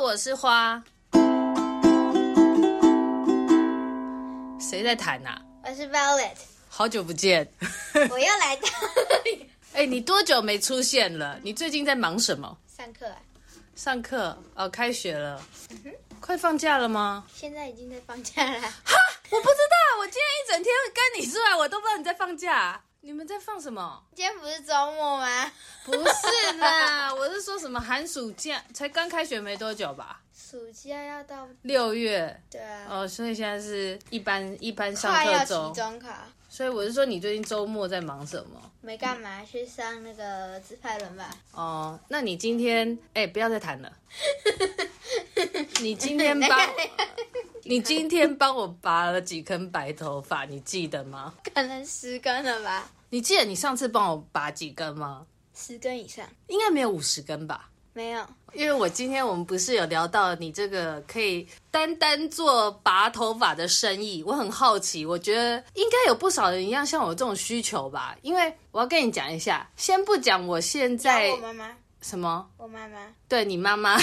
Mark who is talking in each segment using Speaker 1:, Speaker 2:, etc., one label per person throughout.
Speaker 1: 我是花。谁在弹呐、
Speaker 2: 我是 Violet，
Speaker 1: 好久不见！
Speaker 2: 我又来到
Speaker 1: 哎、你多久没出现了？你最近在忙什么？
Speaker 2: 上课、啊，
Speaker 1: 上课哦，开学了，快放假了吗？
Speaker 2: 现在已经在放 假了。
Speaker 1: 我不知道，我今天一整天跟你出来，我都不知道你在放假。你们在放什么？
Speaker 2: 今天不是周末吗？
Speaker 1: 不是 啦，我是说什么寒暑假才刚开学没多久吧？
Speaker 2: 暑假要到，
Speaker 1: 六月
Speaker 2: 对啊，
Speaker 1: 哦，所以现在是一般一般上
Speaker 2: 快
Speaker 1: 课
Speaker 2: 要期
Speaker 1: 周，嗯
Speaker 2: 中考，
Speaker 1: 所以我是说你最近周末在忙什么？
Speaker 2: 没干嘛，去上那个自拍 轮吧。
Speaker 1: 哦，那你今天哎、不要再谈了。你今天帮，你今天帮我拔了几根白头发，你记得吗？
Speaker 2: 可能十根了吧，
Speaker 1: 你记得你上次帮我拔几根吗？
Speaker 2: 十根以上
Speaker 1: 应该没有五十根吧？
Speaker 2: 没有。
Speaker 1: 因为我今天我们不是有聊到你这个可以单单做拔头发的生意，我很好奇，我觉得应该有不少人一样像我这种需求吧。因为我要跟你讲一下，先不讲我现在
Speaker 2: 我妈妈，
Speaker 1: 什么。
Speaker 2: 我妈妈，
Speaker 1: 对你妈 妈。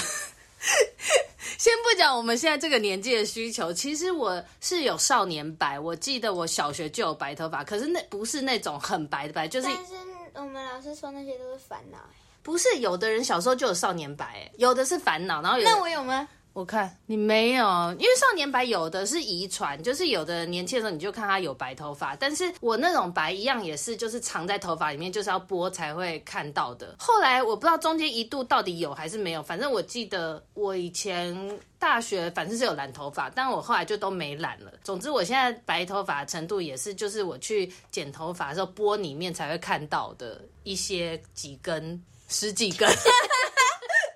Speaker 1: 先不讲我们现在这个年纪的需求，其实我是有少年白，我记得我小学就有白头发，可是那不是那种很白的白，就是
Speaker 2: 但是我们老师说那些都是烦恼、欸
Speaker 1: 不是有的人小时候就有少年白、欸有的是烦恼，然后有的
Speaker 2: 那我有吗？
Speaker 1: 我看你没有，因为少年白有的是遗传，就是有的年轻的时候你就看他有白头发，但是我那种白一样也是，就是藏在头发里面，就是要拨才会看到的。后来我不知道中间一度到底有还是没有，反正我记得我以前大学反正是有染头发，但我后来就都没染了。总之我现在白头发程度也是，就是我去剪头发的时候拨里面才会看到的一些几根、十几根。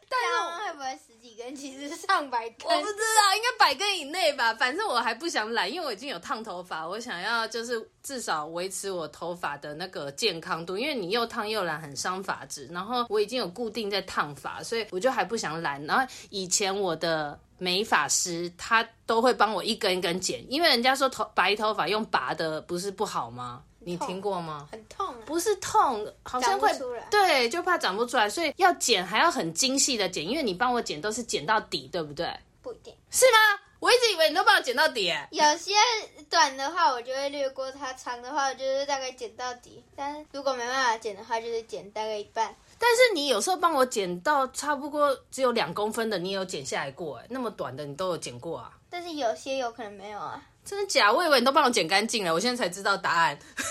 Speaker 2: 但啊是会不会十几根？其实是上百根。
Speaker 1: 我不知道，应该百根以内吧。反正我还不想染，因为我已经有烫头发，我想要就是至少维持我头发的那个健康度。因为你又烫又染很伤发质，然后我已经有固定在烫发，所以我就还不想染。然后以前我的美发师他都会帮我一根一根剪，因为人家说头白头发用拔的不是不好吗？你听过吗？
Speaker 2: 很痛啊！
Speaker 1: 不是痛，好像会
Speaker 2: 长不出来
Speaker 1: 对，就怕长不出来，所以要剪还要很精细的剪，因为你帮我剪都是剪到底，对不对？
Speaker 2: 不一定，
Speaker 1: 是吗？我一直以为你都帮我剪到底、欸，
Speaker 2: 有些短的话我就会略过它，长的话我就是大概剪到底。但是如果没办法剪的话，就是剪大概一半。
Speaker 1: 但是你有时候帮我剪到差不多只有两公分的，你也有剪下来过、欸，那么短的你都有剪过啊？
Speaker 2: 但是有些有可能没有啊。
Speaker 1: 真的假？我以为你都帮我剪干净了，我现在才知道答案。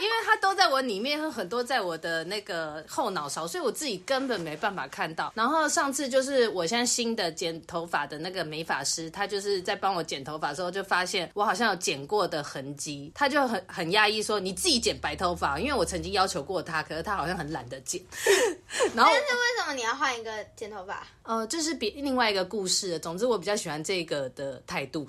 Speaker 1: 因为它都在我里面，很多在我的那个后脑勺，所以我自己根本没办法看到。然后上次就是我现在新的剪头发的那个美发师，他就是在帮我剪头发的时候，就发现我好像有剪过的痕迹，他就很很压抑说你自己剪白头发，因为我曾经要求过他，可是他好像很懒得剪。 然后
Speaker 2: 但是为什么你要换一个剪头发？
Speaker 1: 呃，这是别另外一个故事了。总之我比较喜欢这个的态度。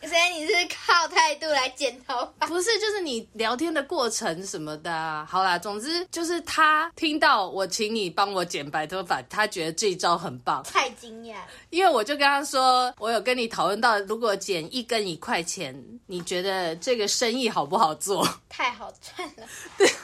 Speaker 2: 你所以你是靠态度来剪头
Speaker 1: 啊
Speaker 2: 发？
Speaker 1: 不是，就是你聊天的过程什么的、啊。好啦，总之就是他听到我请你帮我剪白头发，他觉得这一招很棒，
Speaker 2: 太惊讶了！
Speaker 1: 因为我就跟他说，我有跟你讨论到，如果剪一根一块钱，你觉得这个生意好不好做？
Speaker 2: 太好赚了，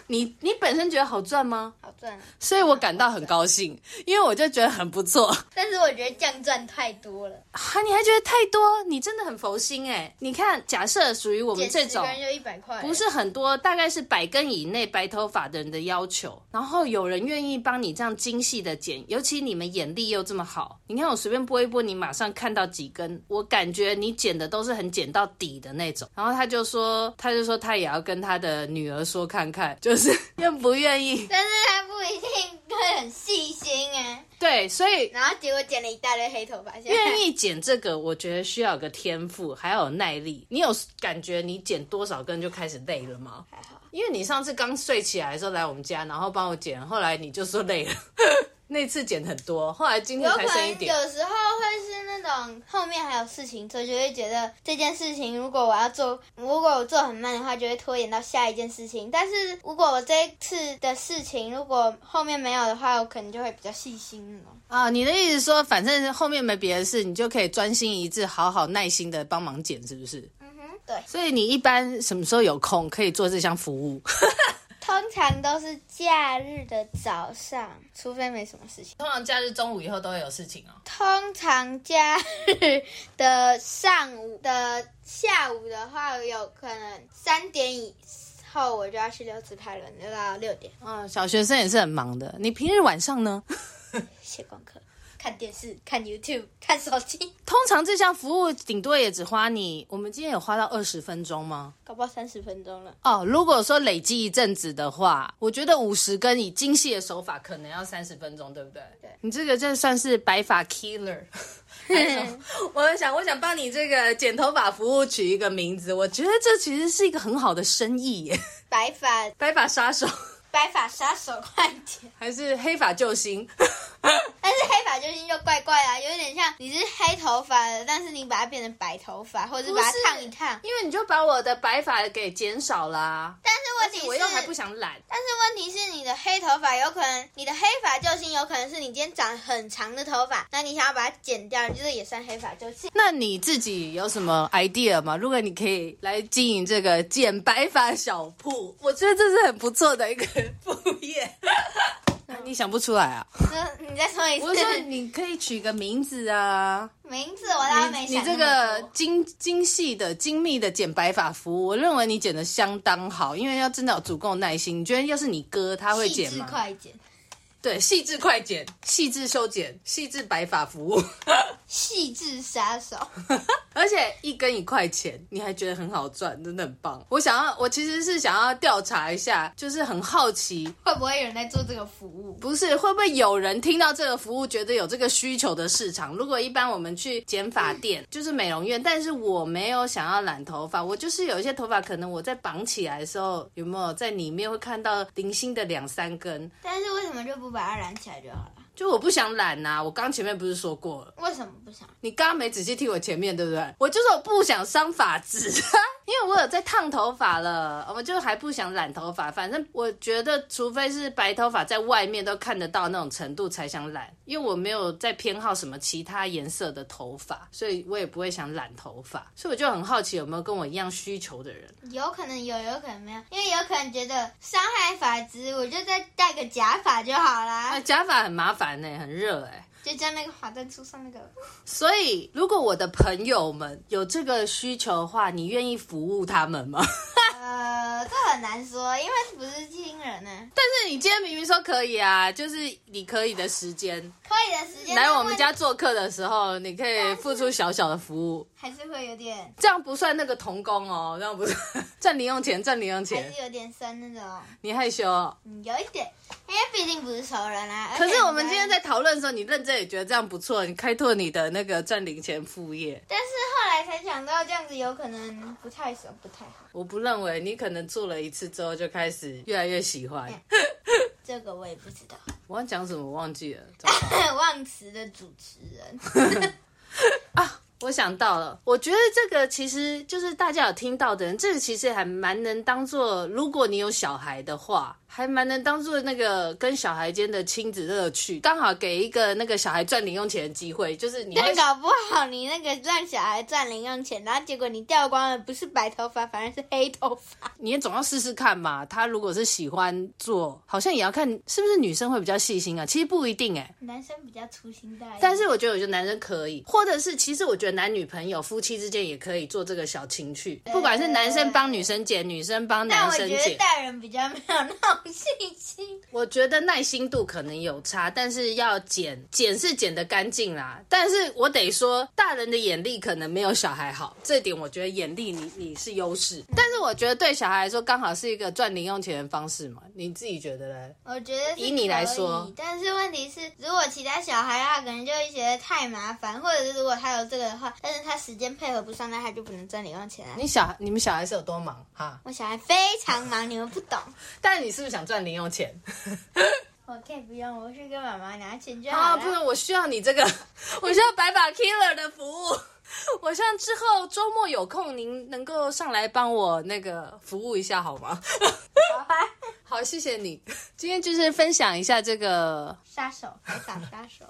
Speaker 1: 你你本身觉得好赚吗？
Speaker 2: 好赚了。
Speaker 1: 所以我感到很高兴，因为我就觉得很不错。
Speaker 2: 但是我觉得这样赚太多了，
Speaker 1: 啊，你还觉得太多？你真的很佛心哎、你看，假设属于我们
Speaker 2: 剪
Speaker 1: 这
Speaker 2: 十
Speaker 1: 种，
Speaker 2: 根就一百块，
Speaker 1: 不是很多，大概是百根以内白头发的人的要求。然后有人愿意帮你这样精细的剪，尤其你们眼力又这么好，你看我随便拨一拨，你马上看到几根。我感觉你剪的都是很剪到底的那种。然后他就说，他就说他也要跟他的女儿说看看，就是 愿不愿意。
Speaker 2: 但是他不一定会很细心啊。
Speaker 1: 对，所以
Speaker 2: 然后结果剪了一大堆黑头发，现在
Speaker 1: 愿意剪这个， 我觉得需要有个天赋，还要有耐力。你有感觉你剪多少根就开始累了吗？
Speaker 2: 还好。
Speaker 1: 因为你上次刚睡起来的时候来我们家，然后帮我剪，后来你就说累了， 那次剪很多，后来今天
Speaker 2: 有
Speaker 1: 才
Speaker 2: 可
Speaker 1: 剩一
Speaker 2: 能
Speaker 1: 点。
Speaker 2: 有时候会是那种后面还有事情做，就会觉得这件事情如果我要做，如果我做很慢的话，就会拖延到下一件事情。但是如果我这一次的事情如果后面没有的话，我可能就会比较细心那种。
Speaker 1: 啊，你的意思说，反正后面没别的事，你就可以专心一致，好好耐心的帮忙剪，是不是？
Speaker 2: 嗯哼，对，
Speaker 1: 所以你一般什么时候有空可以做这项服务？
Speaker 2: 偷通常都是假日的早上，除非没什么事情。
Speaker 1: 通常假日中午以后都会有事情哦。
Speaker 2: 通常假日的上午的下午的话，有可能三点以后我就要去溜直排轮，溜到六点
Speaker 1: 嗯，小学生也是很忙的。你平日晚上呢？
Speaker 2: 写功课、看电视、看 YouTube、看手机，
Speaker 1: 通常这项服务顶多也只花你，我们今天有花到二十分钟吗？
Speaker 2: 搞不好三十分钟了。
Speaker 1: 哦，如果说累积一阵子的话，我觉得五十跟以精细的手法可能要三十分钟，对不对？
Speaker 2: 对
Speaker 1: 你这个真的算是白发 killer。还有什么我想，我想帮你这个剪头发服务取一个名字，我觉得这其实是一个很好的生意耶，
Speaker 2: 白发
Speaker 1: 白发杀手
Speaker 2: 白发杀手快点！
Speaker 1: 还是黑发救星？
Speaker 2: 但是黑发救星就怪怪啦，有点像你是黑头发的，但是你把它变成白头发，或者是把它
Speaker 1: 不是
Speaker 2: 烫一烫。
Speaker 1: 因为你就把我的白发给减少啦、
Speaker 2: 但是
Speaker 1: 而
Speaker 2: 问题
Speaker 1: 且
Speaker 2: 是，
Speaker 1: 我又还不想懒，
Speaker 2: 但是问题是，你的黑头发有可能，你的黑发救星有可能是你今天长很长的头发，那你想要把它剪掉，你就是也算黑发救星。
Speaker 1: 那你自己有什么 idea 吗？如果你可以来经营这个剪白发小铺，我觉得这是很不错的一个 副业。啊你想不出来啊？
Speaker 2: 那 你再说一
Speaker 1: 我是说
Speaker 2: 次
Speaker 1: 你可以取个名字啊，
Speaker 2: 名字，我倒没
Speaker 1: 你你
Speaker 2: 想
Speaker 1: 这
Speaker 2: 那么
Speaker 1: 个
Speaker 2: 多
Speaker 1: 精精细的、精密的剪白发服务，我认为你剪的相当好，因为要真的有足够耐心。你觉得要是你哥他会
Speaker 2: 细
Speaker 1: 剪
Speaker 2: 致
Speaker 1: 吗？
Speaker 2: 快剪，
Speaker 1: 对，细致快剪、细致修剪、细致白发服务。
Speaker 2: 细致杀手。
Speaker 1: 而且一根一块钱，你还觉得很好赚，真的很棒。我想要，我其实是想要调查一下，就是很好奇，
Speaker 2: 会不会有人在做这个服务？
Speaker 1: 不是会不会有人听到这个服务，觉得有这个需求的市场？如果一般我们去剪发店，就是美容院，但是我没有想要染头发，我就是有一些头发，可能我在绑起来的时候，有没有在里面会看到零星的两三根？
Speaker 2: 但是为什么就不把它染起来就好了？
Speaker 1: 就我不想染呐、我刚前面不是说过了。
Speaker 2: 为什么不想？
Speaker 1: 你刚刚没仔细听我前面，对不对？我就说我不想伤发质， 因为我有在烫头发了，我就还不想染头发。反正我觉得，除非是白头发在外面都看得到那种程度才想染，因为我没有在偏好什么其他颜色的头发，所以我也不会想染头发。所以我就很好奇，有没有跟我一样需求的人？
Speaker 2: 有可能有，有可能没有，因为有可能觉得伤害发质，我就再戴个假发就好啦，
Speaker 1: 啊，假发很麻烦呢、很热哎、
Speaker 2: 就像那个滑在树上那个。
Speaker 1: 所以，如果我的朋友们有这个需求的话，你愿意服务他们吗？
Speaker 2: 呃，这很难说，因为不是亲人呢、
Speaker 1: 但是你今天明明说可以啊，就是你可以的时间
Speaker 2: 可以的时间
Speaker 1: 来我们，家做客的时候，你可以付出小小的服务，
Speaker 2: 但是还是会有点，
Speaker 1: 这样不算那个童工哦，这样不算赚零用钱，赚零用
Speaker 2: 还
Speaker 1: 钱，
Speaker 2: 是有点生那种，
Speaker 1: 你害羞哦、
Speaker 2: 嗯有一点，因为毕竟不是熟人啊。
Speaker 1: 可
Speaker 2: 而且
Speaker 1: 是我们今天
Speaker 2: 你知道，
Speaker 1: 在讨论的时候，你认真也觉得这样不错，你开拓你的那个赚零钱副业。
Speaker 2: 但是后来才想到这样子有可能不太熟，不太好，
Speaker 1: 我不认为你可能做了一次之后就开始越来越喜欢。
Speaker 2: 这个我也不知道。
Speaker 1: 我要讲什么忘记了。糟糕
Speaker 2: 忘词的主持人，
Speaker 1: 我想到了，我觉得这个其实就是大家有听到的人，这个其实还蛮能当做，如果你有小孩的话，还蛮能当做那个跟小孩间的亲子乐趣，刚好给一个那个小孩赚零用钱的机会，就是你会
Speaker 2: 但搞不好你那个让小孩赚零用钱，然后结果你掉光了，不是白头发，反而是黑头发。
Speaker 1: 你也总要试试看嘛。他如果是喜欢做，好像也要看是不是女生会比较细心啊，其实不一定哎、
Speaker 2: 男生比较粗心大意，
Speaker 1: 但是我觉得有些男生可以，或者是其实我觉得男女朋友、夫妻之间也可以做这个小情趣，不管是男生帮女生剪，女生帮
Speaker 2: 但
Speaker 1: 男
Speaker 2: 我
Speaker 1: 生
Speaker 2: 觉
Speaker 1: 剪
Speaker 2: 得。大人比较没有那种信心。
Speaker 1: 我觉得耐心度可能有差，但是要剪剪是剪得干净啦。但是我得说，大人的眼力可能没有小孩好，这点我觉得眼力你你是优势。但是我觉得对小孩来说，刚好是一个赚零用钱的方式嘛。你自己觉得嘞？
Speaker 2: 我觉得是
Speaker 1: 以你来说
Speaker 2: 可以，但是问题是，如果其他小孩的啊话，可能就会觉得太麻烦，或者是如果他有这个的话，但是他时间配合不上，那他就不能赚零用钱啊。
Speaker 1: 你小孩你们小孩是有多忙哈？
Speaker 2: 我小孩非常忙，你们不懂。
Speaker 1: 但你是不是想赚零用钱？
Speaker 2: 我可以不用，我去跟妈妈拿钱就
Speaker 1: 啊，
Speaker 2: 好
Speaker 1: 不
Speaker 2: 了。
Speaker 1: 能，我需要你这个， 我需要白发 killer 的服务。 我希望之后周末有空，您能够上来帮我那个服务一下好吗？
Speaker 2: 好啊，
Speaker 1: 好，谢谢你。 今天就是分享一下这个，
Speaker 2: 杀手，白发杀手，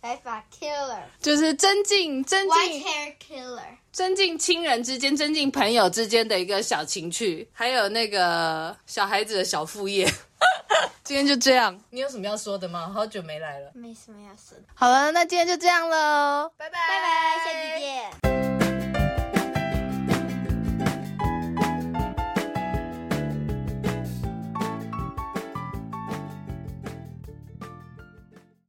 Speaker 2: 白发 killer，white
Speaker 1: 就是增进增进
Speaker 2: hair killer。
Speaker 1: 增进亲人之间、增进朋友之间的一个小情趣，还有那个小孩子的小副业。 今天就这样，你有什么要说的吗？好久没来了。
Speaker 2: 没什么要说的，
Speaker 1: 好了，那今天就这样喽，
Speaker 2: 拜拜，下